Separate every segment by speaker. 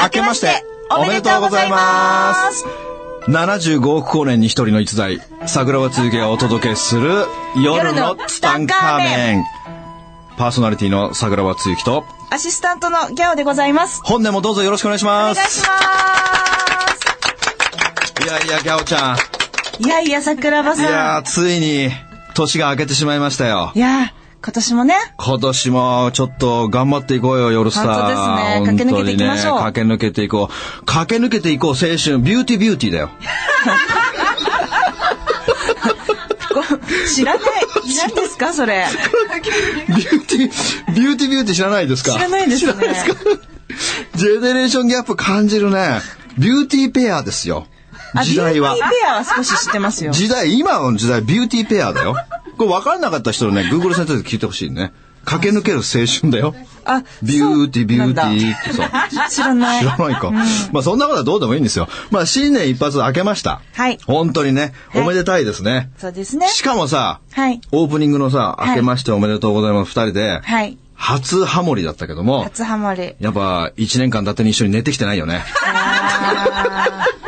Speaker 1: 明けましておめでとうございます75億光年に一人の逸材桜庭続きがお届けする夜のツタンカーメンパーソナリティの桜庭つゆきと
Speaker 2: アシスタントのギャオでございます。
Speaker 1: 本年もどうぞよろしくお願いし
Speaker 2: お願
Speaker 1: ま
Speaker 2: いし
Speaker 1: す
Speaker 2: ま
Speaker 1: いやいやギャオちゃん
Speaker 2: す。いやいや、桜庭
Speaker 1: いやー
Speaker 2: さ
Speaker 1: ついに年が明けてしまいましたよ
Speaker 2: ん。いやー、今年もね、
Speaker 1: 今年もちょっと頑張っていこうよ、夜スター。
Speaker 2: 本当ですね
Speaker 1: 本当に
Speaker 2: 駆け抜けていきましょう
Speaker 1: 駆け抜けていこう。駆け抜けていこう、青春。ビューティービューティーだよ。
Speaker 2: こう知らない、何ですか、それ。
Speaker 1: ビューティー、ビューティービューティー知らないですか
Speaker 2: 知らないですね。
Speaker 1: ジェネレーションギャップ感じるね。ビューティーペアですよ。
Speaker 2: あ
Speaker 1: 時代は
Speaker 2: ビュ。ーティーペアは少し知ってますよ。
Speaker 1: 時代、今の時代、ビューティーペアだよ。これ分からなかった人のね、Google 先生で聞いてほしいね。駆け抜ける青春だよ。
Speaker 2: あ、
Speaker 1: ビューティー、ビューティ
Speaker 2: ー。
Speaker 1: ーってさ。
Speaker 2: 知らない
Speaker 1: 知。らないか。まあそんなことはどうでもいいんですよ。まあ新年一発明けました。
Speaker 2: はい
Speaker 1: 本当にね、
Speaker 2: はい
Speaker 1: おめでたいですね。
Speaker 2: そうですね。
Speaker 1: しかもさ、
Speaker 2: はい。
Speaker 1: オープニングのさ、
Speaker 2: い
Speaker 1: 明けましておめでとうございます、二人で、
Speaker 2: はい。
Speaker 1: 初ハモリだったけども、
Speaker 2: 初ハモリ。
Speaker 1: やっぱ一年間だってに一緒に寝てきてないよね。
Speaker 2: あー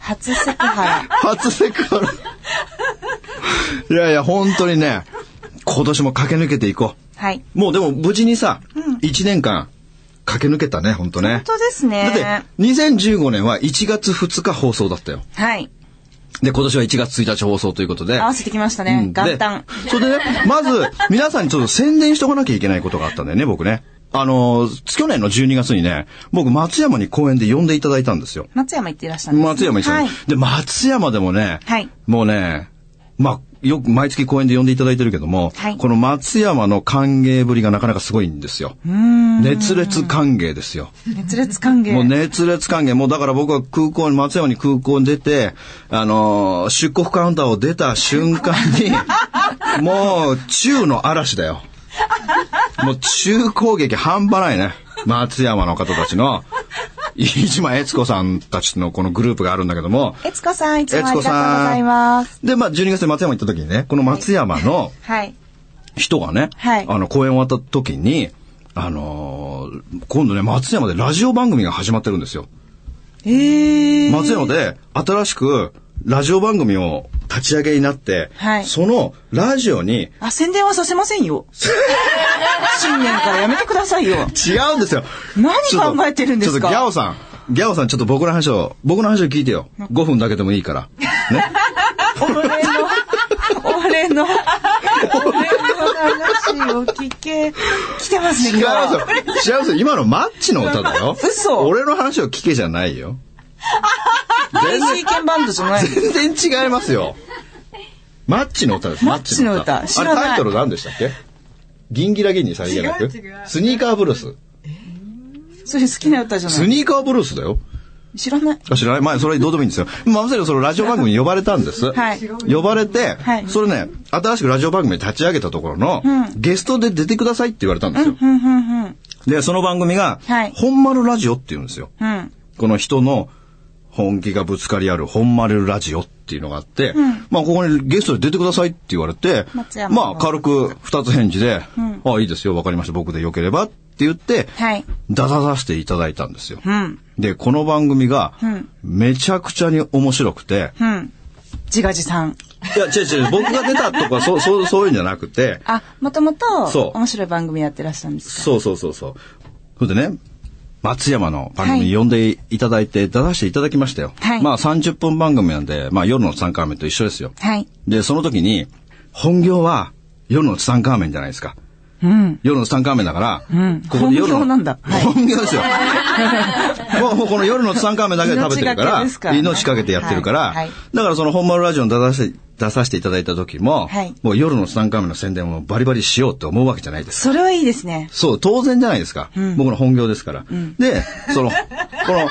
Speaker 2: 初セクハ
Speaker 1: 初セクハラ。いやいや、本当にね、今年も駆け抜けていこ
Speaker 2: ラ。はい。
Speaker 1: う。もうでも無事にさ、一年間駆け抜けたね、本当ね
Speaker 2: 本。当ですね。
Speaker 1: だって、2015年は1月2日放送だったよ。
Speaker 2: はい。
Speaker 1: で、今年は1月1日放送ということで。
Speaker 2: 合わせてきました
Speaker 1: う
Speaker 2: ね。
Speaker 1: んで
Speaker 2: 元旦。
Speaker 1: それでね、まず、皆さんにちょっと宣伝しておかなきゃいけないことがあったんだよね、僕ね。あのー、去年の12月にね、僕、松山に公演で呼んでいただいたんですよ。
Speaker 2: 松山行っていらっしゃるんですね
Speaker 1: 松山にさ、
Speaker 2: はい。
Speaker 1: で、松山でもね、
Speaker 2: はい
Speaker 1: もうね、まあ、よく毎月公演で呼んでいただいてるけども、
Speaker 2: はい
Speaker 1: この松山の歓迎ぶりがなかなかすごいんですよ。熱烈歓迎ですよ。
Speaker 2: 熱烈歓迎。
Speaker 1: もう熱烈歓迎。もうだから僕は空港に、松山に空港に出て、あのー出国カウンターを出た瞬間 に、もう、中の嵐だよ。もう中攻撃半端ないね。松山の方たちの、飯島悦子さんたちのこのグループがあるんだけども、
Speaker 2: えつこさん、いつもありがとうご
Speaker 1: ん
Speaker 2: ざいます。
Speaker 1: で、まあ、12月に松山行った時にね、この松山の
Speaker 2: はい。
Speaker 1: 人がね、
Speaker 2: はい
Speaker 1: あの、公演終わった時に、あのー今度ね、松山でラジオ番組が始まってるんですよ。
Speaker 2: えー。
Speaker 1: 松山で新しくラジオ番組を立ち上げになって、
Speaker 2: はい
Speaker 1: そのラジオに
Speaker 2: あ、宣伝はさせませんよ。新年からやめてくださいよ。
Speaker 1: 違うんですよ。
Speaker 2: 何
Speaker 1: ちょっと
Speaker 2: 考えてるんですか
Speaker 1: ちょっとギャオさん、ギャオさんちょっと僕の話を、僕の話を聞いてよ。5分だけでもいいから。ね。
Speaker 2: 俺の、俺の、俺の話を聞け。来てます
Speaker 1: 違
Speaker 2: ね、
Speaker 1: い
Speaker 2: 今
Speaker 1: ますよ
Speaker 2: 日。。
Speaker 1: 違いますよ。今のマッチの歌だよ。
Speaker 2: 嘘
Speaker 1: 俺の話を聞けじゃないよ。
Speaker 2: 大水拳バンドじゃない。
Speaker 1: 全然違いますよ。マッチの歌です。マッチの歌。
Speaker 2: マッチの歌知らな
Speaker 1: あ
Speaker 2: い
Speaker 1: れタイトル何でしたっけギンギラギンにさりげなく
Speaker 3: 違う違う
Speaker 1: スニーカーブルース。
Speaker 2: それ好きな歌じゃな
Speaker 1: ス
Speaker 2: い。
Speaker 1: ニーカーブルースだよ。
Speaker 2: 知らない。
Speaker 1: あ知らないまあ、それどうでもいいんですよ。まあまさにそのラジオ番組に呼ばれたんです。
Speaker 2: はい
Speaker 1: 呼ばれて、
Speaker 2: はい
Speaker 1: それね、新しくラジオ番組立ち上げたところの、
Speaker 2: ん
Speaker 1: ゲストで出てくださいって言われたんですよ。
Speaker 2: うん、うん、うん。
Speaker 1: で、その番組が、
Speaker 2: はい
Speaker 1: 本丸ラジオって言うんですよ。
Speaker 2: うん。
Speaker 1: この人の本気がぶつかり合う本丸ラジオっていうのがあって、まあここにゲストで出てくださいって言われて
Speaker 2: 松、山の
Speaker 1: まあ軽く二つ返事で、ああいいですよ、わかりました、僕でよければって言って、
Speaker 2: はい
Speaker 1: 出ささせていただいたんですよ。
Speaker 2: うん。
Speaker 1: で、この番組が
Speaker 2: うん、
Speaker 1: めちゃくちゃに面白くて、
Speaker 2: うん。自画自賛。
Speaker 1: いや、違う違う、僕が出たとか、そう、そう、そういうんじゃなくて、
Speaker 2: あ、もとも
Speaker 1: そ
Speaker 2: と、
Speaker 1: う
Speaker 2: 面白い番組やってらっしゃるんですか
Speaker 1: そうそうそうそう。それでね、松山の番組に呼んでいただいて、出させていただきましたよ。
Speaker 2: はい
Speaker 1: まあ30分番組なんで、まあ夜のツタンカーメンと一緒ですよ。
Speaker 2: はい。
Speaker 1: で、その時に、本業は夜のツタンカーメンじゃないですか。
Speaker 2: うん。
Speaker 1: 夜のツタンカーメンだから、
Speaker 2: ん
Speaker 1: 夜の
Speaker 2: 本業なんだはい
Speaker 1: 本業です よ。もうもうこの夜のツタンカーメンだけで食べてるか
Speaker 2: 命が
Speaker 1: ら、
Speaker 2: けですからね
Speaker 1: 命かけてやってるから、
Speaker 2: はいはい
Speaker 1: だからその本丸ラジオに出させて、出させていただいた時も、
Speaker 2: はい
Speaker 1: もう夜のツタンカーメンの宣伝をバリバリしようって思うわけじゃないです。
Speaker 2: それはいいですね。
Speaker 1: そう、当然じゃないですか。僕の本業ですから。で、その、この、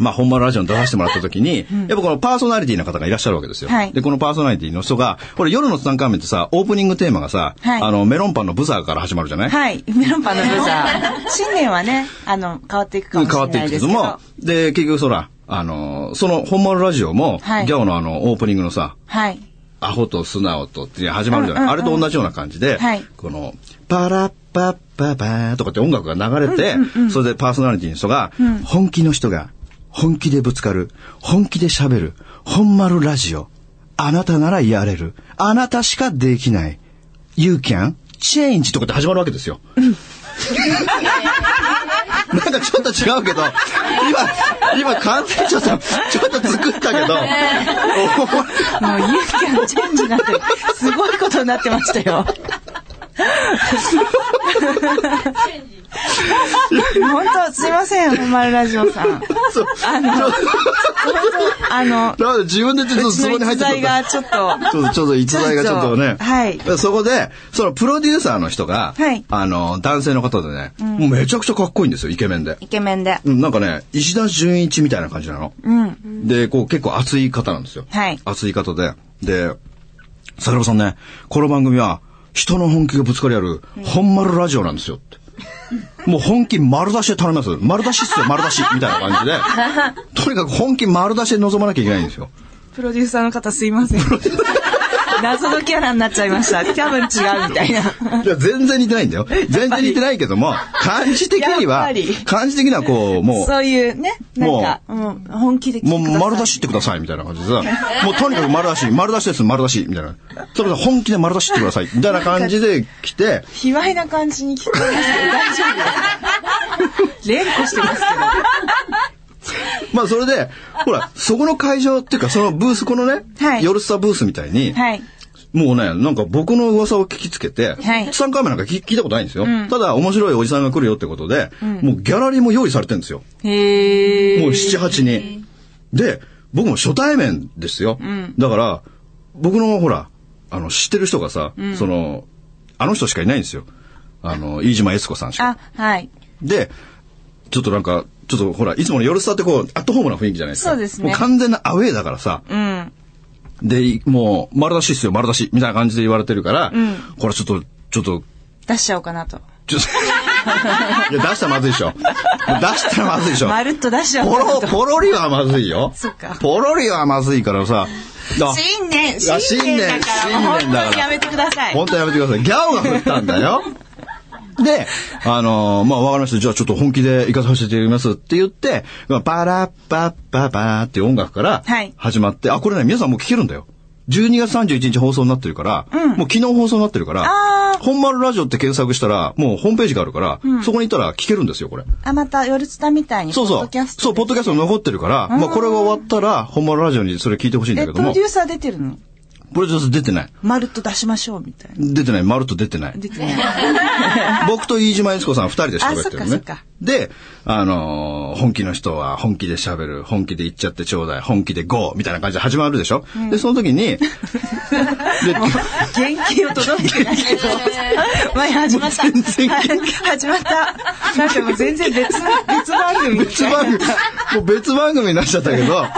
Speaker 1: まあ、本丸ラジオに出させてもらった時に、やっぱこのパーソナリティの方がいらっしゃるわけですよ。
Speaker 2: はい
Speaker 1: で、このパーソナリティの人が、これ夜のツタンカーメンってさ、オープニングテーマがさ、
Speaker 2: はい
Speaker 1: あの、メロンパンのブザーから始まるじゃない、
Speaker 2: はい。メロンパンのブザー。新年はね、あの、変わっていくか
Speaker 1: 変
Speaker 2: もし
Speaker 1: わ
Speaker 2: れ
Speaker 1: ってい
Speaker 2: な
Speaker 1: く
Speaker 2: い
Speaker 1: け
Speaker 2: で
Speaker 1: ど
Speaker 2: すけど。
Speaker 1: も、で、結局そら、あの、その本丸ラジオも、
Speaker 2: はい
Speaker 1: ギャオのあの、オープニングのさ、
Speaker 2: はい。
Speaker 1: アホと素直とって始まるじゃない、
Speaker 2: うんうんうん
Speaker 1: あれと同じような感じで、
Speaker 2: はい
Speaker 1: この、パラッパパッパッパーとかって音楽が流れて、それでパーソナリティの人が、本気の人が、本気でぶつかる、本気で喋る、本丸ラジオ、あなたならやれる、あなたしかできない、You can change とかって始まるわけですよ。なんかちょっと違うけど、今、今完全にちょっと、ちょっと作った けど、
Speaker 2: もう、ユーキャンチェンジになってる、すごいことになってましたよ。本当、すいません、ほんまるラジオさん。
Speaker 1: そう
Speaker 2: あの、本当、あの、
Speaker 1: だから自分でちょっと
Speaker 2: うち
Speaker 1: そ
Speaker 2: の
Speaker 1: こに入
Speaker 2: 逸
Speaker 1: っちゃ
Speaker 2: 材
Speaker 1: った
Speaker 2: が。ちょっと、
Speaker 1: ちょっと、ちょっと逸材がちょっとね。
Speaker 2: はい
Speaker 1: そこで、そのプロデューサーの人が、
Speaker 2: はい
Speaker 1: あの、男性の方でね、もうめちゃくちゃかっこいいんですよ、イケメンで。
Speaker 2: イケメンで。
Speaker 1: うんなんかね、石田純一みたいな感じなの。
Speaker 2: うん。
Speaker 1: で、こう結構熱い方なんですよ。
Speaker 2: はい
Speaker 1: 熱い方で。で、桜庭さんね、この番組は人の本気がぶつかり合う、本丸ラジオなんですよって。 もう本気丸出しで頼みます。丸出しっすよ、丸出し。みたいな 感じで。とにかく本気丸出しで臨まなきゃいけないんですよ。
Speaker 2: プロデューサーの方すい ません。謎のキャラになっちゃいました。多分違うみたいな。
Speaker 1: いや、全然似てないんだよ。全然似てないけど も、感じ的に
Speaker 2: やっ
Speaker 1: は
Speaker 2: ぱり、
Speaker 1: 感じ的にはこう、もう、
Speaker 2: そういうね、なんか、うん、本気で聞いて
Speaker 1: もう
Speaker 2: ください
Speaker 1: 丸出しってくださいみたいな感じで さ、もうとにかく丸出し、丸出しです、丸出し、みたいな。それで本気で丸出しってください、みたいな感じで来て、
Speaker 2: 卑猥な感じに聞こえますけど、大丈 夫連呼してます
Speaker 1: まあそれで、ほら、そこの会場っていうか、そのブース、このね、
Speaker 2: はい
Speaker 1: 夜スタブースみたいに
Speaker 2: けど。、はい。
Speaker 1: もうね、なんか僕の噂を聞きつけて、
Speaker 2: はい
Speaker 1: 3回目なんか聞聞いたことないんですよ。ただ、面白いおじさんが来るよってことで、もうギャラリーも用意されてるんですよ。
Speaker 2: へー。
Speaker 1: もう7、8人。で、僕も初対面ですよ。だから、僕のほら、あの、知ってる人がさ、その、あの人しかいないんですよ。あの、飯島悦子さんしか。
Speaker 2: あ、はい。
Speaker 1: で、ちょっとなんか、ちょっとほら、いつもの夜スタってこう、アットホームな雰囲気じゃないですか。
Speaker 2: そうですね
Speaker 1: もう完全なアウェーだからさ、
Speaker 2: うん。
Speaker 1: で、もう、丸出しっすよ、丸出し、みたいな感じで言われてるから、これちょっと、ちょっと、
Speaker 2: 出しちゃおうかなと。
Speaker 1: ちょっと、 いや、出したらまずいでしょ。出したらまずいでしょ。
Speaker 2: まるっと出しちゃおう
Speaker 1: ポ
Speaker 2: か
Speaker 1: ロ、
Speaker 2: なと。
Speaker 1: ポロリはまずいよ。
Speaker 2: そっか
Speaker 1: ポロリはまずいからさ。だ
Speaker 2: 新年、
Speaker 1: あ
Speaker 2: 新年だから、もう
Speaker 1: 新年
Speaker 2: 本
Speaker 1: だか
Speaker 2: 当にや
Speaker 1: ら。
Speaker 2: めてください。
Speaker 1: 本当やめてください。ギャオが振ったんだよ。で、あのーまあ、わかりました。じゃあちょっと本気で行かさせていただきますって言って、まあパラッパッパッパーっていう音楽から
Speaker 2: はい
Speaker 1: 始まって、あ、これね、皆さんもう聞けるんだよ。12月31日放送になってるから、もう昨日放送になってるか
Speaker 2: あ
Speaker 1: ら、本丸ラジオって検索したら、もうホームページがあるから、そこに行ったら聞けるんですよ、これ。
Speaker 2: あ、また、夜ツタみたいに、
Speaker 1: そう
Speaker 2: ポッ
Speaker 1: そ
Speaker 2: ドキャ
Speaker 1: う。
Speaker 2: スト。
Speaker 1: そう、ポッドキャスト残ってるから、まあこれが終わったら、本丸ラジオにそれ聞いてほしいんだ
Speaker 2: え、
Speaker 1: け
Speaker 2: プ
Speaker 1: ども
Speaker 2: ロデ、ューサー出てるの
Speaker 1: プロデュース出てない。
Speaker 2: まるっと出しましょう、みたいな。
Speaker 1: 出てない、まるっと出てない。
Speaker 2: 出て ない。
Speaker 1: 僕と飯島悦子さん二人で喋ってるの
Speaker 2: あそっ
Speaker 1: ね
Speaker 2: かそっか。
Speaker 1: で、あのー本気の人は本気で喋る、本気で言っちゃってちょうだい、本気でゴーみたいな感じで始まるでしょ、で、その時に、 で、
Speaker 2: 原型を届けて ないけど。前始まった。
Speaker 1: 全然原
Speaker 2: 始まった。なんかもう全然別な、別番組。
Speaker 1: 別番組、もう別番組になっちゃったけど、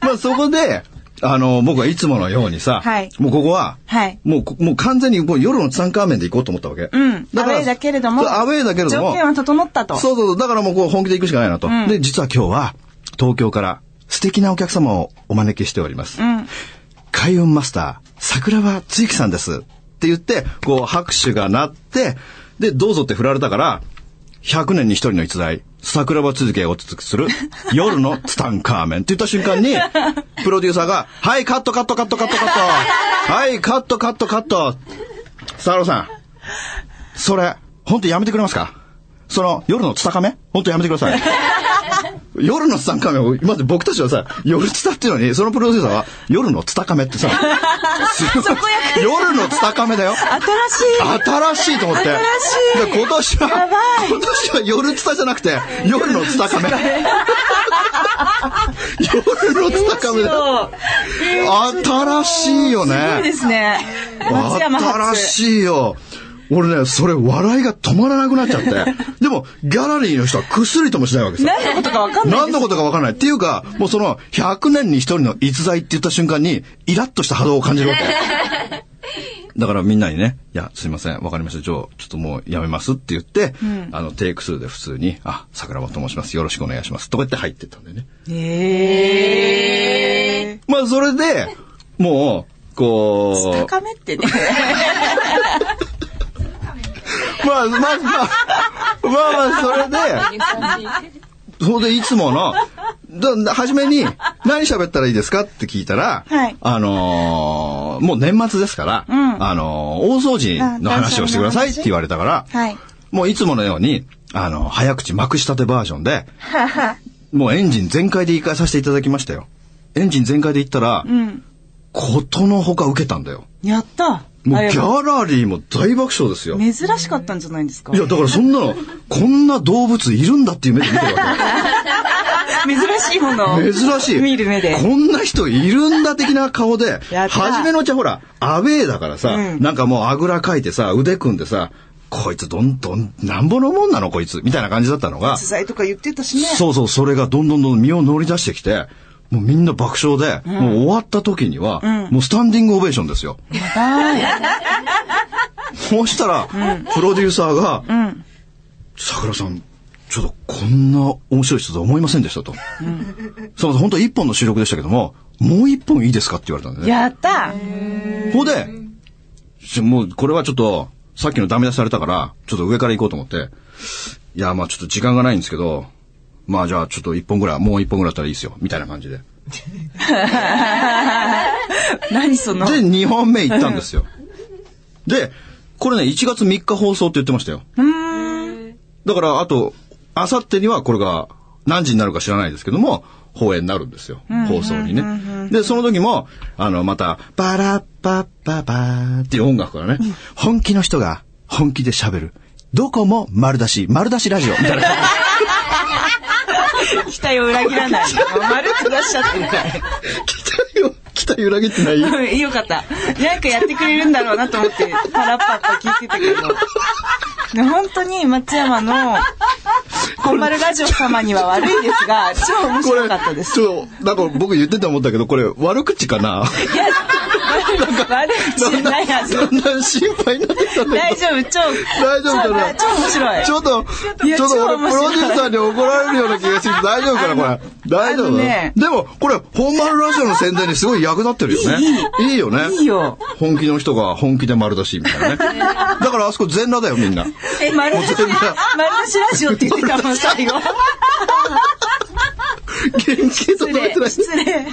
Speaker 1: まあそこで、あのー僕はいつものようにさ、
Speaker 2: はい
Speaker 1: もうここは、
Speaker 2: はい。
Speaker 1: もうこ、もう完全にもう夜のツタンカーメンで行こうと思ったわけ。
Speaker 2: うん。アウェイだけれども。
Speaker 1: そうアウェイだけれども。
Speaker 2: 条件は整ったと。
Speaker 1: そうそうそう。だからもうこう本気で行くしかないなと。で、実は今日は東京から素敵なお客様をお招きしております。
Speaker 2: うん。
Speaker 1: 開運マスター、桜庭つゆきさんです。って言って、こう拍手が鳴って、で、どうぞって振られたから、100年に一人の逸材、桜庭続けをお続きす る、夜のツタンカーメンって言った瞬間に、プロデューサーが、はい、カットカットカットカットカット はい、カットカットカットサロさん、それ、本当やめてくれますかその、夜のツタカメ本当やめてくだ さい。夜のツタンカメを、まず僕たちはさ、夜ツタっていうのに、そのプロデューサーは、夜のツタカメ ってさ、すごい夜のツタカメだよ。
Speaker 2: 新しい。
Speaker 1: 新しいと思って。
Speaker 2: 新しい
Speaker 1: で今年は
Speaker 2: やばい、
Speaker 1: 今年は夜ツタじゃなくて、夜のツタカメ。 夜のツタカメだ。
Speaker 2: そう。
Speaker 1: 新しいよね。
Speaker 2: いいですね。松山
Speaker 1: 新
Speaker 2: 初。
Speaker 1: しいよ。俺ね、それ笑いが止まらなくなっちゃ って。でも、ギャラリーの人はくすりともしないわけさ。
Speaker 2: 何のことかわかんない。
Speaker 1: 何のことかわからない。っていうか、もうその、100年に一人の逸材って言った瞬間に、イラッとした波動を感じるわけ。 だからみんなにね、いや、すいません、わかりました、ジョー、ちょっともうやめますって言って、あの、テイク数で普通に、あ、桜庭と申します、よろしくお願いします、とか言って入ってったんだよね。
Speaker 2: え
Speaker 1: まあ、それで、もう、こう
Speaker 2: ー。、高めってね。
Speaker 1: まあ、まあ、まあ、まあ、まあ、それで、それでいつもの、だだ初めに、何喋ったらいいですかって聞いたら、
Speaker 2: はい
Speaker 1: あのーもう年末ですから、
Speaker 2: うん
Speaker 1: あのー大掃除の話をしてくださいって言われたから、
Speaker 2: はい。
Speaker 1: もういつものように、あの、早口まくしたてバージョン で、もうエンジン全開で行かさせていただきましたよ。エンジン全開で行ったら、
Speaker 2: うん。
Speaker 1: ことのほか受けたんだよ。
Speaker 2: やった。
Speaker 1: もう
Speaker 2: あ
Speaker 1: ギ
Speaker 2: れは
Speaker 1: ャラリーも大爆笑ですよ。い
Speaker 2: 珍しかったんじゃないですか
Speaker 1: や、だからそんなの、こんな動物いるんだっていう目で見てるわ
Speaker 2: 珍しいものを。
Speaker 1: け。珍しい。
Speaker 2: 見る目で。
Speaker 1: こんな人いるんだ的な顔で、
Speaker 2: やった
Speaker 1: 初めのうちはほら、アウェーだからさ、
Speaker 2: うん
Speaker 1: なんかもうあぐらかいてさ、腕組んでさ、こいつどんどん、なんぼのもんなのこいつ、みたいな感じだったのが、
Speaker 2: 取材とか言ってたしね。
Speaker 1: そうそう、それがどんどんどんどん身を乗り出してきて、もうみんな爆笑で、もう終わった時には、
Speaker 2: ん
Speaker 1: もうスタンディングオベーションですよ。そうしたら、プロデューサーが、
Speaker 2: うん。
Speaker 1: 桜さん、ちょっとこんな面白い人とは思いませんでしたと。その本当一本の収録でしたけども、もう一本いいですかって言われたんでね。
Speaker 2: やった。
Speaker 1: ほんで、しもうこれはちょっと、さっきのダメ出しされたから、ちょっと上から行こうと思って、いや、まあちょっと時間がないんですけど、まあじゃあちょっと一本ぐらい、もう一本ぐらいあったらいいですよ、みたいな感じで。
Speaker 2: 何その。
Speaker 1: で、2本目行ったんですよ。で、これね、1月3日放送って言ってましたよ。だから、あと、あさってにはこれが何時になるか知らないですけども、放映になるんですよ。放送にね。で、その時も、あの、また、バラッパッパパーっていう音楽からね、本気の人が本気で喋る。どこも丸出し、丸出しラジオみ たいな。
Speaker 2: 期待を裏切ら ない。丸く出しちゃってるか
Speaker 1: 期待を、期待裏切ってない
Speaker 2: ら。うんよかった。なんかやってくれるんだろうなと思って、パラッパッパ聞いてたけど。で本当に松山の、本丸ラジオ様には悪いですが、超面
Speaker 1: これ
Speaker 2: 白かったです。
Speaker 1: ちょっと、なんか僕言ってて思ったけど、これ悪口かない
Speaker 2: や、悪口じゃないはず
Speaker 1: だ。んだん心配になってきたんだ
Speaker 2: 大
Speaker 1: けど。
Speaker 2: 丈夫、超、
Speaker 1: 大丈夫かな
Speaker 2: 超超面白い。
Speaker 1: ちょっと、
Speaker 2: いや
Speaker 1: ちょっと
Speaker 2: 超
Speaker 1: 俺
Speaker 2: 面
Speaker 1: プロ
Speaker 2: 白い
Speaker 1: デューサーに怒られるような気がしてきて大丈夫かなこれ。大丈
Speaker 2: あ
Speaker 1: 夫
Speaker 2: のね
Speaker 1: でも、これ、本丸ラジオの宣伝にすごい役立ってるよね。いいよね。
Speaker 2: いいよ。
Speaker 1: 本気の人が本気で丸出し、みたい なね。だからあそこ全裸だよ、みんな。
Speaker 2: え、丸出し、
Speaker 1: 全
Speaker 2: 丸
Speaker 1: 然
Speaker 2: 出しラジオって言ってたもん、最後。
Speaker 1: 原型と
Speaker 2: 失
Speaker 1: 取れ
Speaker 2: 礼
Speaker 1: てない。
Speaker 2: 失礼。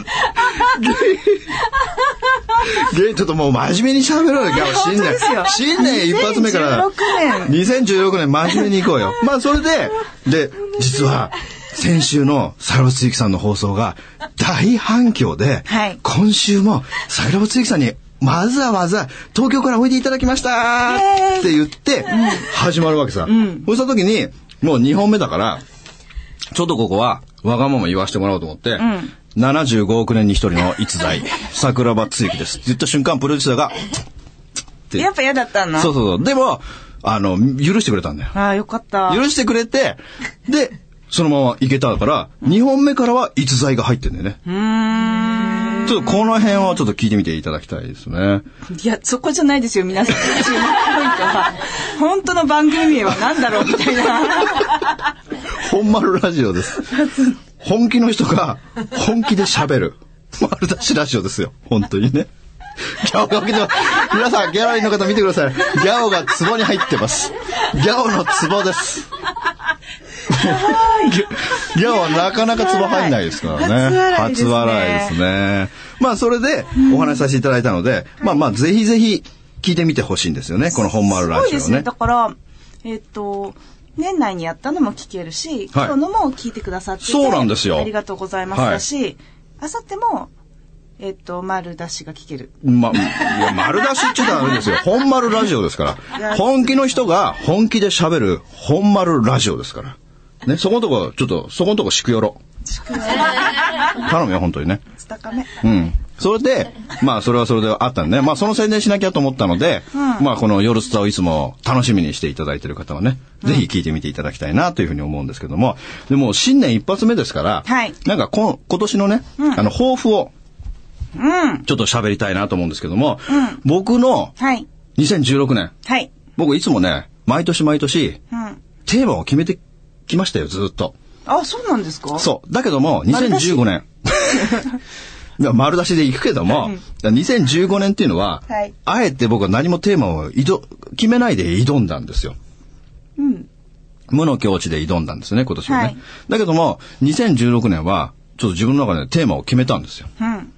Speaker 1: 原ちょっともう真面目に喋ろうよ、今日新
Speaker 2: 本当ですよ
Speaker 1: 年。新年一発目から。
Speaker 2: 2016
Speaker 1: 2016年真面目に行こう よ。まあそれで、で、実は、先週のサロツユキさんの放送が大反響で、
Speaker 2: はい
Speaker 1: 今週もサロツユキさんにわざわざ東京からおいでいただきました
Speaker 2: イエーイ
Speaker 1: って言って始まるわけさ。そうした時に、もう2本目だから、ちょっとここはわがまま言わせてもらおうと思って、75億年に一人の逸材、桜庭つゆきですって言った瞬間、プロデューサーが、て
Speaker 2: やっぱ嫌だったの
Speaker 1: そうそうそう。でも、あの、許してくれたんだよ。
Speaker 2: ああ、よかった。
Speaker 1: 許してくれて、で、そのままいけたから、2本目からは逸材が入ってんだよね。
Speaker 2: うーん。
Speaker 1: ちょっとこの辺はちょっと聞いてみていただきたいですね。
Speaker 2: いや、そこじゃないですよ、皆さん。注目ポイントは。本当の番組名は何だろうみたいな。
Speaker 1: 本丸ラジオです。本気の人が本気で喋る。丸出しラジオですよ。本当にね。ギャオが起きてます。皆さん、ギャラリーの方見てください。ギャオが壺に入ってます。ギャオの壺です。ギャオはなかなか壺入んないですからね。
Speaker 2: 初笑いです
Speaker 1: で
Speaker 2: ね
Speaker 1: すね。まあ、それでお話しさせていただいたので、まあまあ、ぜひぜひ聞いてみてほしいんですよね。この本丸ラ
Speaker 2: すごい
Speaker 1: ジオ
Speaker 2: ですね。
Speaker 1: ね
Speaker 2: だ。から、えっ、と、年内にやったのも聞けるし、
Speaker 1: はい
Speaker 2: 今日のも聞いてくださってて
Speaker 1: そうなんですよ
Speaker 2: ありがとうございますだし、あさっても、えっ、と、丸出しが聞ける。
Speaker 1: ま、いや、丸出しって言ったらあれです よ。本丸ラジオですから。本気の人が本気で喋る本丸ラジオですから。ね、そこのとこ、ちょっと、そこのとこ、しくよろ。頼むよ、本当にね。
Speaker 2: つたかめ。
Speaker 1: うん。それで、まあ、それはそれであったんで、まあ、その宣伝しなきゃと思ったので、まあ、この夜スタをいつも楽しみにしていただいている方はね、ぜひ聞いてみていただきたいなというふうに思うんですけども、でも、新年一発目ですから、
Speaker 2: はい
Speaker 1: なんかこ、今年のね、あの、抱負を、
Speaker 2: うん。
Speaker 1: ちょっと喋りたいなと思うんですけども、僕の
Speaker 2: はい。
Speaker 1: 2016年、
Speaker 2: はい。
Speaker 1: 僕いつもね、毎年毎年、
Speaker 2: うん。
Speaker 1: テーマを決めてきましたよ、ずっと。
Speaker 2: あ、そうなんですか
Speaker 1: そう。だけども、
Speaker 2: 丸出し
Speaker 1: 2015年。 いや丸出しで行くけども、2015年っていうのは、
Speaker 2: はい
Speaker 1: あえて僕は何もテーマを挑決めないで挑んだんですよ。
Speaker 2: うん。
Speaker 1: 無の境地で挑んだんですね、今年はね。
Speaker 2: はい
Speaker 1: だけども、2016年は、ちょっと自分の中でテーマを決めたんですよ。
Speaker 2: うん。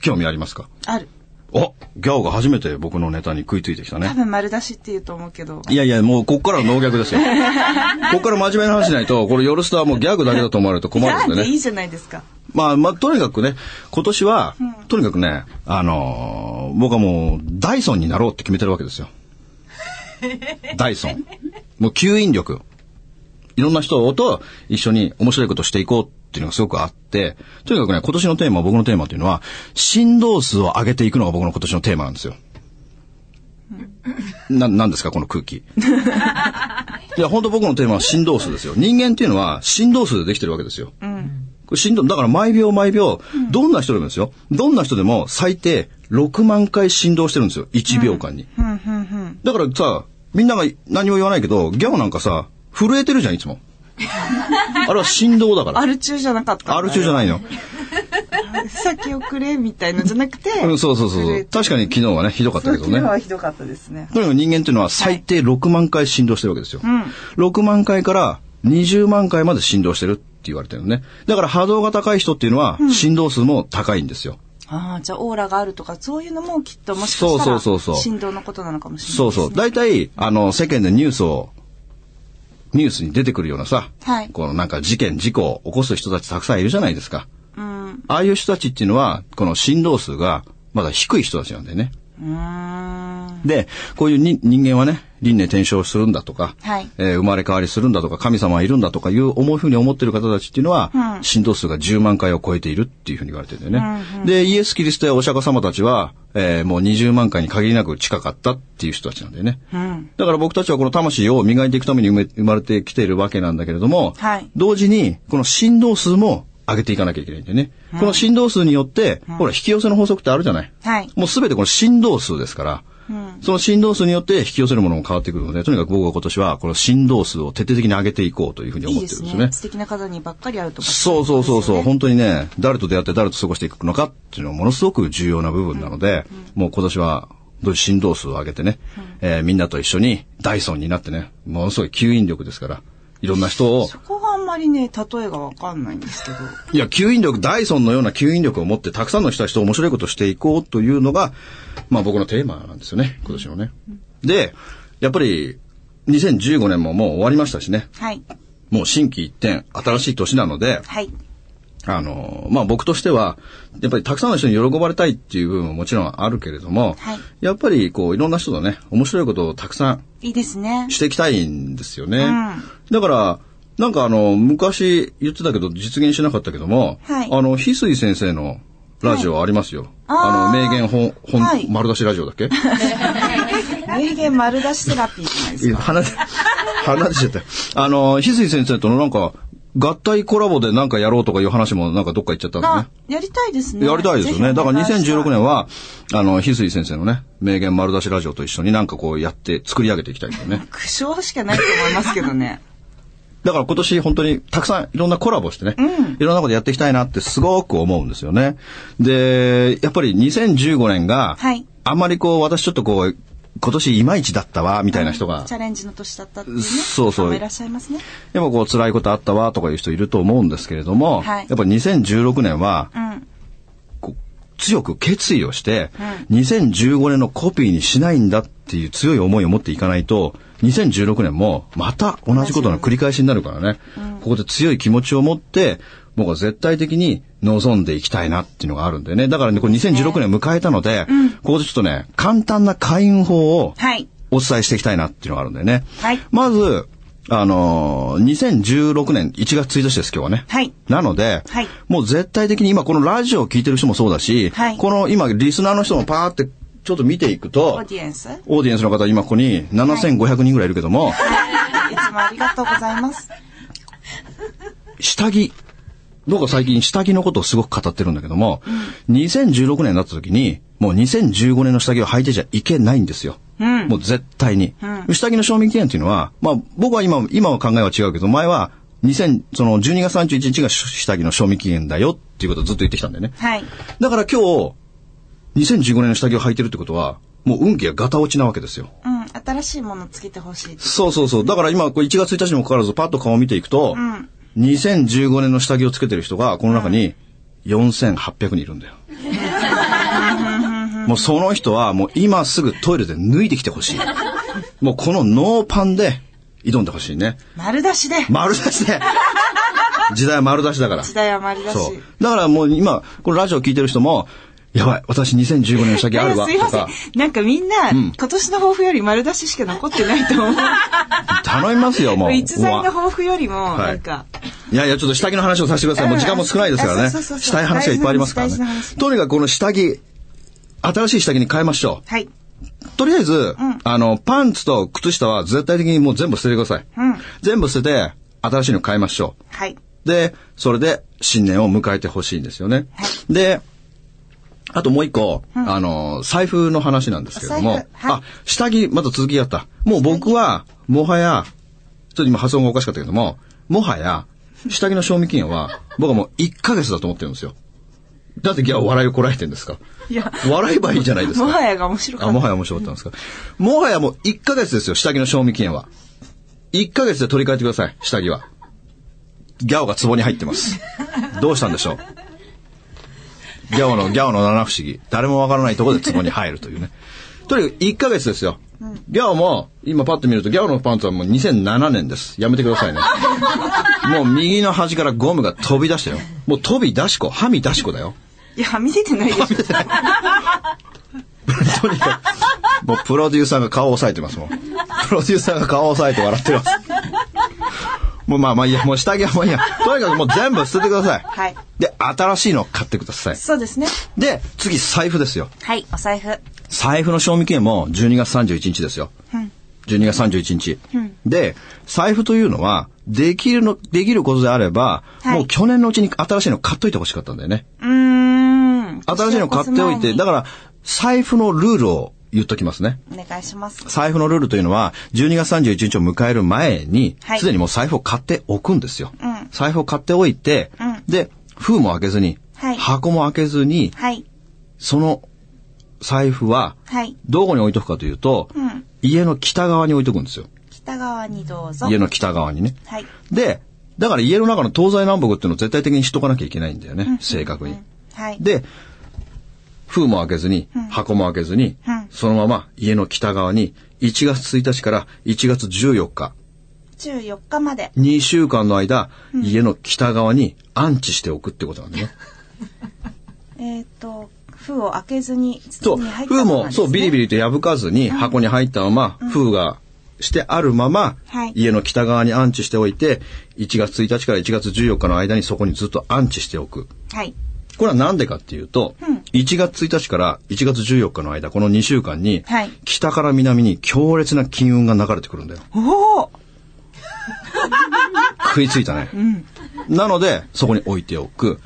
Speaker 1: 興味ありますか
Speaker 2: ある。
Speaker 1: おギャオが初めて僕のネタに食いついてきた
Speaker 2: 多
Speaker 1: ね。
Speaker 2: 分丸出しって言うと思うけど。
Speaker 1: いやいや、もうこっからは農逆です よ。こっから真面目な話しないと、これ夜スターはもうギャグだけだと思われると困るん
Speaker 2: なん
Speaker 1: で
Speaker 2: でい
Speaker 1: ね。
Speaker 2: いじゃないですか。
Speaker 1: まあまあ、とにかくね、今年は、とにかくね、あのー僕はもうダイソンになろうって決めてるわけです よ。ダイソン。もう吸引力。いろんな人と一緒に面白いことしていこうっていうのがすごくあって、とにかくね、今年のテーマ、僕のテーマっていうのは、振動数を上げていくのが僕の今年のテーマなんですよ。な、なんですか、この 空気。いや、本当僕のテーマは振動数ですよ。人間っていうのは振動数でできてるわけですよ。これ振動、だから毎秒毎秒、どんな人でもですよ。どんな人でも最低6万回振動してるんですよ。1秒間に。
Speaker 2: うん、うん、うん。
Speaker 1: だからさ、みんなが何も言わないけど、ギャオなんかさ、震えてるじゃん、い つも。あれは振動だから。
Speaker 2: ある中じゃなかった。
Speaker 1: R 中じゃないの。
Speaker 2: 先送れみたいのじゃなくて。
Speaker 1: うん、そうそうそう
Speaker 2: 震
Speaker 1: そ
Speaker 2: え
Speaker 1: う。確かに昨日はね、ひどかったけど
Speaker 2: 昨日
Speaker 1: ね。
Speaker 2: はひどかったですね。
Speaker 1: とにかく人間っていうのは最低6万回振動してるわけですよ。
Speaker 2: ん
Speaker 1: 6万回から20万回まで振動してるって言われてるのね。だから波動が高い人っていうのは振動数も高いんですよ。
Speaker 2: ああ、じゃあオーラがあるとか、そういうのもきっともしかした
Speaker 1: そ
Speaker 2: ら
Speaker 1: うそうそうそう
Speaker 2: 振動のことなのかもしれない
Speaker 1: そう
Speaker 2: ですね。
Speaker 1: そう。大体、あの、世間でニュースを、ニュースに出てくるようなさ、
Speaker 2: はい
Speaker 1: このなんか事件、事故を起こす人たちたくさんいるじゃないですか。
Speaker 2: うん。う
Speaker 1: ああいう人たちっていうのは、この振動数がまだ低い人たちなんだよね。
Speaker 2: ーん。
Speaker 1: で、こういうに人間はね、輪廻転生するんだとか、
Speaker 2: はい
Speaker 1: えー生まれ変わりするんだとか、神様はいるんだとかいう思うふうに思ってる方たちっていうのは、
Speaker 2: うん
Speaker 1: 振動数が10万回を超えているっていうふうに言われてるんだよね。で、イエス・キリストやお釈迦様たちは、えーもう20万回に限りなく近かったっていう人たちなんだよね。
Speaker 2: うん。
Speaker 1: だから僕たちはこの魂を磨いていくために生め生まれてきているわけなんだけれども、
Speaker 2: はい
Speaker 1: 同時にこの振動数も上げていかなきゃいけないんだよね。この振動数によって、ほら、引き寄せの法則ってあるじゃない。
Speaker 2: はい。
Speaker 1: もうすべてこの振動数ですから、
Speaker 2: うん。
Speaker 1: その振動数によって引き寄せるものも変わってくるので、とにかく僕は今年はこの振動数を徹底的に上げていこうというふうに
Speaker 2: い
Speaker 1: 思
Speaker 2: い
Speaker 1: ってるんで
Speaker 2: で
Speaker 1: す
Speaker 2: す
Speaker 1: よ
Speaker 2: ね。素敵な方にばっかり会うとか。
Speaker 1: そうそうそうそう、
Speaker 2: ですよね
Speaker 1: 本当にね、誰と出会って誰と過ごしていくのかっていうのはものすごく重要な部分なので、もう今年は、どう振動数を上げてね、えーみんなと一緒にダイソンになってね、ものすごい吸引力ですから、いろんな人を、
Speaker 2: そこがあんまりね、例えがわかんないんですけど。
Speaker 1: いや、吸引力、ダイソンのような吸引力を持って、たくさんの人たちと面白いことをしていこうというのが、まあ僕のテーマなんですよね、今年のね。で、やっぱり、2015年ももう終わりましたしね、
Speaker 2: はい。
Speaker 1: もう新規一点、新しい年なので、
Speaker 2: はい。
Speaker 1: あの、まあ、僕としては、やっぱりたくさんの人に喜ばれたいっていう部分ももちろんあるけれども、
Speaker 2: はい
Speaker 1: やっぱりこう、いろんな人とね、面白いことをたくさん
Speaker 2: いいです ね。
Speaker 1: していきたいんですよね。
Speaker 2: ん
Speaker 1: だから、なんかあの、昔言ってたけど、実現しなかったけども、
Speaker 2: はい
Speaker 1: あの、翡翠先生のラジオありますよ。
Speaker 2: あ
Speaker 1: あ
Speaker 2: ー
Speaker 1: の、名言本、本、
Speaker 2: はい
Speaker 1: 丸出しラジオだっけ
Speaker 2: 名言丸出しセラピーじゃないです
Speaker 1: いや話し、話しちゃった。あの、翡翠先生とのなんか、合体コラボでなんかやろうとかいう話もなんかどっか行っちゃったんだね
Speaker 2: か。。やりたいですね。
Speaker 1: やりたいですよね。だから2016
Speaker 2: 年。。
Speaker 1: 年は、あの、翡翠先生のね、名言丸出しラジオと一緒になんかこうやって作り上げていきたいですよね
Speaker 2: 苦笑しかないと思いますけどね。
Speaker 1: だから今年本当にたくさんいろんなコラボしてね、いろんなことやっていきたいなってすごく思うんですよね。で、やっぱり2015年が、
Speaker 2: はい
Speaker 1: あんまりこう私ちょっとこう、今年いまいちだったわ、みたいな人が
Speaker 2: チ、ャレンジの年だったっていうね。
Speaker 1: そうそう
Speaker 2: 方もいらっしゃいますね。
Speaker 1: やっぱこう辛いことあったわとかいう人いると思うんですけれども、
Speaker 2: はい
Speaker 1: やっぱ2016年は、
Speaker 2: うん。
Speaker 1: こう強く決意をして、2015年のコピーにしないんだっていう強い思いを持っていかないと、2016年もまた同じことの繰り返しになるからね、ここで強い気持ちを持って、僕は絶対的に望んでいきたいなっていうのがあるんでね。だからね、これ2016年迎えたので、ここでちょっとね、簡単な開運法を
Speaker 2: はい。
Speaker 1: お伝えしていきたいなっていうのがあるんだよね。
Speaker 2: はい
Speaker 1: まず、あのー2016年1月1日です、今日はね。
Speaker 2: はい。
Speaker 1: なので、
Speaker 2: はい
Speaker 1: もう絶対的に今このラジオを聞いてる人もそうだし、
Speaker 2: はい
Speaker 1: この今リスナーの人もパーってちょっと見ていく
Speaker 2: オ
Speaker 1: と
Speaker 2: ー、ディエンス。い
Speaker 1: オーディエンスの方今ここに7500人ぐらいいるけども、
Speaker 2: つもありがとうございます。
Speaker 1: 下着、僕は最近下着のことをすごく語ってるんだけども、2016年になった時に、もう2015年の下着を履いてちゃいけないんですよ。
Speaker 2: うん
Speaker 1: もう絶対に。
Speaker 2: う
Speaker 1: 下着の賞味期限っていうのは、まあ僕は今、今は考えは違うけど、前は2000、その12月31日が下着の賞味期限だよっていうことをずっと言ってきたんだよね。
Speaker 2: はい。
Speaker 1: だから今日、2015年の下着を履いてるってことは、もう運気がガタ落ちなわけですよ。
Speaker 2: うん。新しいものつけてほしい。
Speaker 1: そうそうそう。だから今、これ1月1日にもかかわらず、パッと顔を見ていくと、
Speaker 2: ん
Speaker 1: 2015年の下着をつけてる人が、この中に4800人いるんだ よ。もうその人は、もう今すぐトイレで脱いできてほしい。もうこのノーパンで挑んでほしいね。
Speaker 2: 丸出しで。
Speaker 1: 丸出しで時代は丸出しだから。
Speaker 2: 時代は丸出し。
Speaker 1: そう。だからもう今、このラジオ聞いてる人も、やばい、私2015年の下着あるわ、
Speaker 2: すい
Speaker 1: と
Speaker 2: ません
Speaker 1: か、。
Speaker 2: なんかみんな、
Speaker 1: ん
Speaker 2: 今年の抱負より丸出ししか残ってない と思う。
Speaker 1: 頼みますよ、もう。
Speaker 2: 逸材の抱負よりも、
Speaker 1: はい
Speaker 2: なんか、
Speaker 1: いやいや、ちょっと下着の話をさせてください。もう時間も少ないですから
Speaker 2: あ
Speaker 1: ね。
Speaker 2: そうそうそうそう
Speaker 1: したい話がいっぱいありますからね
Speaker 2: 大事な話。
Speaker 1: とにかくこの下着、新しい下着に変えましょ
Speaker 2: はい。
Speaker 1: う。とりあえず、あの、パンツと靴下は絶対的にもう全部捨ててください。
Speaker 2: うん
Speaker 1: 全部捨てて、新しいの買いましょ
Speaker 2: はい。
Speaker 1: う。で、それで新年を迎えてほしいんですよね。
Speaker 2: は
Speaker 1: で、あともう一個、あの、財布の話なんですけれども、
Speaker 2: お財布はい
Speaker 1: あ、下着、また続きやった。もう僕は、もはや、ちょっと今発音がおかしかったけども、もはや、下着の賞味期限 は、僕はもう1ヶ月だと思ってるんですよ。だって、いや、笑いをこらえてるんですか。
Speaker 2: いや、
Speaker 1: 笑えばいいじゃないですか。
Speaker 2: もはやが面白か
Speaker 1: あ、
Speaker 2: った。
Speaker 1: もはや面白かったんですか。もはやもう1ヶ月ですよ、下着の賞味期限は。1ヶ月で取り替えてください、下着は。ギャオが壺に入ってます。どうしたんでしょうギャオの、ギャオの七不思議。誰もわからないところで壺に入るというね。とにかく1ヶ月ですよ。ギャオも、今パッと見ると、ギャオのパンツはもう2007年です。やめてくださいね。もう右の端からゴムが飛び出したよ。もう飛び出し子、はみ出し子だよ。
Speaker 2: いや、はみ出てないでしょ。
Speaker 1: とにかく、もうプロデューサーが顔を押さえてますもん。プロデューサーが顔を押さえて笑ってます。もうまあまあいいや、もう下着はもういいや。とにかくもう全部捨ててください。
Speaker 2: はい。
Speaker 1: で、新しいのを買ってください。
Speaker 2: そうですね。
Speaker 1: で、次、財布ですよ。
Speaker 2: はい、お財布。
Speaker 1: 財布の賞味期限も12月31日ですよ。12月31日。で、財布というのは、できるの、できることであれば、
Speaker 2: はい
Speaker 1: もう去年のうちに新しいの買っといてほしかったんだよね。
Speaker 2: うーん。
Speaker 1: 新しいの買っておいて、だ
Speaker 2: か
Speaker 1: から、財布のルールを言っときますね。
Speaker 2: ら。お願いします。
Speaker 1: 財布のルールというのは、12月31日を迎える前に
Speaker 2: は、い
Speaker 1: すでにもう財布を買っておくんですよ。
Speaker 2: うん
Speaker 1: 財布を買っておいて、
Speaker 2: うん
Speaker 1: で、封も開けずに、
Speaker 2: はい
Speaker 1: 箱も開けずに、
Speaker 2: はい。
Speaker 1: その財布は、
Speaker 2: はい。
Speaker 1: どこに置いとくかというと、
Speaker 2: うん
Speaker 1: 家の北側に置いとくんですよ。
Speaker 2: 北側にどうぞ。
Speaker 1: 家の北側にね。
Speaker 2: はい。
Speaker 1: で、だから家の中の東西南北っていうのを絶対的にしとかなきゃいけないんだよね、正確に。
Speaker 2: はい。
Speaker 1: で、封も開けずに、箱も開けずに、
Speaker 2: うん
Speaker 1: そのまま家の北側に、1月1日から1月14日、
Speaker 2: 14日まで。
Speaker 1: 2週間の間、家の北側に安置しておくってことなんだね。
Speaker 2: えっ、と、封を開けずに、
Speaker 1: そ
Speaker 2: 筒
Speaker 1: う、
Speaker 2: に入った
Speaker 1: 封
Speaker 2: まま
Speaker 1: も、そう、ビリビ
Speaker 2: リ。
Speaker 1: リと破かずに、箱に入ったまま、封がしてあるまま
Speaker 2: はい、
Speaker 1: 家の北側に安置しておいて、1月1日から1月14日の間にそこにずっと安置しておく。
Speaker 2: はい。
Speaker 1: これはなんでかっていうと、1月1日から1月14日の間、この2週間に、
Speaker 2: はい
Speaker 1: 北から南に強烈な金運が流れてくるんだよ。
Speaker 2: おお
Speaker 1: 食いついたね。なので、そこに置いておく。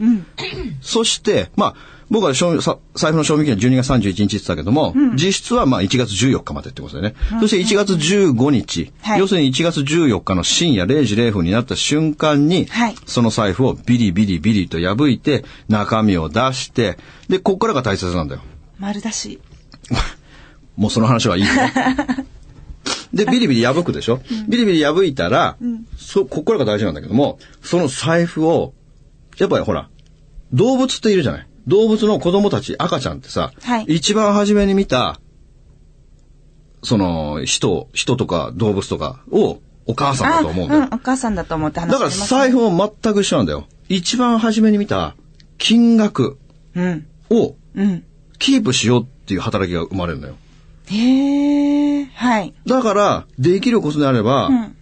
Speaker 1: そして、まあ、僕は賞味さ財布の賞味期限12月31日って言ってたけども、実質はまあ1月14日までってことだよね。そして1月15日、
Speaker 2: はい
Speaker 1: 要するに1月14日の深夜0時0分になった瞬間に、
Speaker 2: はい
Speaker 1: その財布をビリビリビリと破いて、中身を出して、で、こっからが大切なんだよ。
Speaker 2: 丸出し。
Speaker 1: もうその話はいいよ。 で、ビリビリ破くでしょ、ビリビリ破いたら、そ、ここからが大事なんだけども、その財布を、やっぱりほら、動物っているじゃない動物の子供たち、赤ちゃんってさ、
Speaker 2: はい
Speaker 1: 一番初めに見た、その、人、人とか動物とかをお母さんだと思うんだよ。
Speaker 2: うん、お母さんだと思って話
Speaker 1: だ
Speaker 2: し
Speaker 1: か
Speaker 2: て
Speaker 1: ら
Speaker 2: ます、
Speaker 1: 財布も全く一緒なんだよ。一番初めに見た金額
Speaker 2: うん。
Speaker 1: を
Speaker 2: うん。
Speaker 1: キープしようっていう働きが生まれるんだよ。
Speaker 2: へえ、はい。
Speaker 1: だから、できることであれば、
Speaker 2: うん。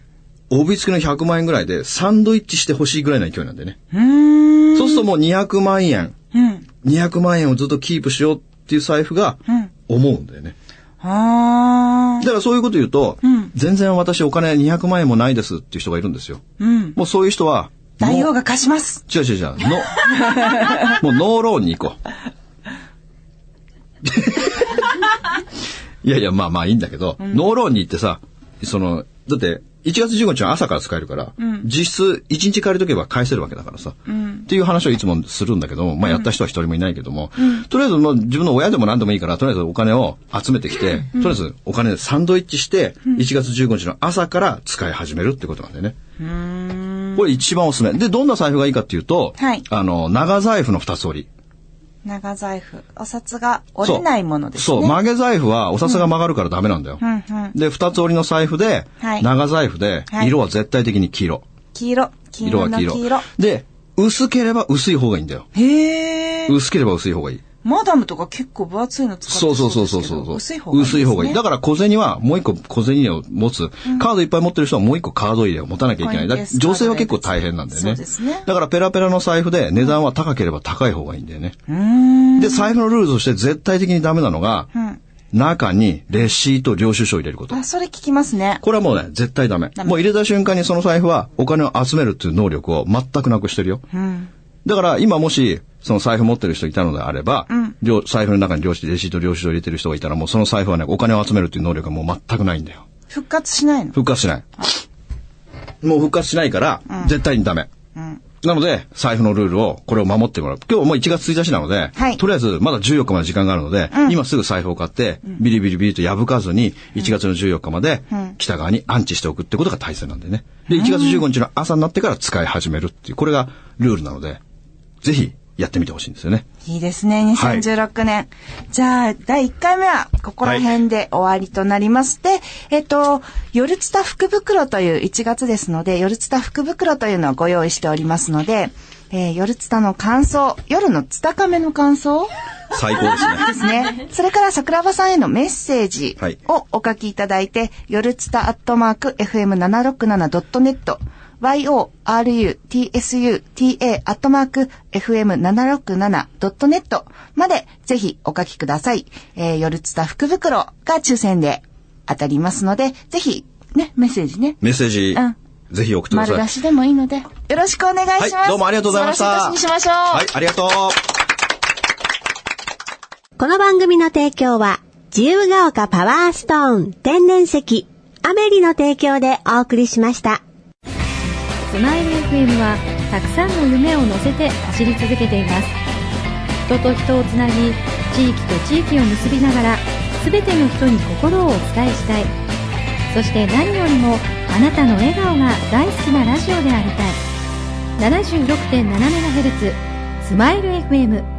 Speaker 1: 帯付きの100万円ぐらいでサンドイッチしてほしいぐらいの勢いなんでね。
Speaker 2: うーん。
Speaker 1: そうするともう200万円、
Speaker 2: うん。
Speaker 1: 200万円をずっとキープしようっていう財布が
Speaker 2: うん。
Speaker 1: 思うんだよね。だ
Speaker 2: あー。
Speaker 1: からそういうこと言うと、
Speaker 2: うん
Speaker 1: 全然私お金200万円もないですっていう人がいるんですよ。
Speaker 2: うん。
Speaker 1: もうそういう人は、
Speaker 2: 大王
Speaker 1: が。
Speaker 2: が貸します。
Speaker 1: 違う違う違う。の、もうノーローンに行こう。いやいや、まあまあいいんだけど、ノーローンに行ってさ、その、だって、 1月15日は朝から使えるから、
Speaker 4: うん
Speaker 1: 実質1日借りとけば返せるわけだからさ。
Speaker 4: うん。
Speaker 1: っていう話をいつもするんだけども、まあやった人は一人もいないけども、とりあえずもう自分の親でも何でもいいから、とりあえずお金を集めてきて、とりあえずお金でサンドイッチして、1月15日の朝から使い始めるってことなんだよね。
Speaker 4: うーん。
Speaker 1: これ一番おすすめ。で、どんな財布がいいかっていうと、
Speaker 4: はい
Speaker 1: あの、長財布の二つ折り。
Speaker 4: 長財布。お札が折れないものですね。
Speaker 1: そう、曲げ財布はお札が曲がるからダメなんだよ。
Speaker 4: うんうん。
Speaker 1: で、二つ折りの財布で、
Speaker 4: はい
Speaker 1: 長財布で
Speaker 4: は、い
Speaker 1: 色は絶対的に黄色。
Speaker 4: 黄色。黄
Speaker 1: 色
Speaker 4: 色
Speaker 1: は
Speaker 4: の
Speaker 1: 黄
Speaker 4: 黄
Speaker 1: 色
Speaker 4: 色。
Speaker 1: で、薄ければ薄い方がいいんだよ。
Speaker 4: へえ。
Speaker 1: 薄ければ薄い方がいい。
Speaker 4: マダムとか結構分厚いの使って
Speaker 1: そうそうそうそう
Speaker 4: です
Speaker 1: そ
Speaker 4: けど
Speaker 1: うそう。
Speaker 4: 薄い方がいい、
Speaker 1: 薄い方がいい。だか
Speaker 4: か
Speaker 1: ら小銭はもう一個小銭を持つ。カードいっぱい持ってる人はもう一個カード入れを持たなきゃいけない。だ
Speaker 4: コインケース
Speaker 1: 女性は結構大変なんだよね。
Speaker 4: そうですね
Speaker 1: だからペラペラの財布で値段は高ければ高い方がいいんだよね。
Speaker 4: ら。うーん。
Speaker 1: で、財布のルールとして絶対的にダメなのが、
Speaker 4: うん。
Speaker 1: 中にレシート、領収書を入れること。
Speaker 4: あ、それ聞きますね。
Speaker 1: これはもうね、絶対ダメ。
Speaker 4: ダメ
Speaker 1: もう入れた瞬間にその財布はお金を集めるっていう能力を全くなくしてるよ。
Speaker 4: うん。
Speaker 1: だから今もし、その財布持ってる人いたのであれば、
Speaker 4: うん
Speaker 1: 領財布の中に領収レシート領収書を入れてる人がいたら、もうその財布はね、お金を集めるっていう能力がもう全くないんだよ。
Speaker 4: 復活しないの。
Speaker 1: 復活しない。もう復活しないから、絶対にダメ。
Speaker 4: うん。
Speaker 1: なので、財布のルールを、これを守ってもらう。今日もう1月1日なので、
Speaker 4: はい
Speaker 1: とりあえずまだ14日まで時間があるので、今すぐ財布を買って、ビリビリビリと破かずに、1月の14日まで
Speaker 4: うん、
Speaker 1: 北側に安置しておくってことが大切なんでね。で、1月15日の朝になってから使い始めるっていう、これがルールなので、ぜひやってみてほしいんですよね。
Speaker 4: いいですね、
Speaker 1: はい
Speaker 4: 2016年。じゃあ、第1回目は、ここら辺で終わりとなります。で、えっと、夜ツタ福袋という1月ですので、夜ツタ福袋というのをご用意しておりますので、えー夜ツタの感想、夜のツタカメの感想
Speaker 1: 最高 ですね。
Speaker 4: ですね。それから桜庭さんへのメッセージ
Speaker 1: はい
Speaker 4: をお書きいただいて、よるつたアットマーク fm767.net、yorutsuta アットマーク fm767.net までぜひお書きください。えー、よるつた福袋が抽選で当たりますので、ぜひね、メッセージね。
Speaker 1: メッセージ、
Speaker 4: うん
Speaker 1: ぜひ送ってくださ
Speaker 4: 丸
Speaker 1: い。
Speaker 4: 出しでもいいので、よろしくお願いします。
Speaker 1: はい、どうもありがとうございました。
Speaker 4: 素晴らしい年にしましょう。
Speaker 1: はい、ありがとう。
Speaker 3: この番組の提供は、自由が丘パワーストーン天然石、アメリの提供でお送りしました。
Speaker 5: スマイル FM はたくさんの夢を乗せて走り続けています人と人をつなぎ地域と地域を結びながら全ての人に心をお伝えしたいそして何よりもあなたの笑顔が大好きなラジオでありたい 76.7MHz スマイル FM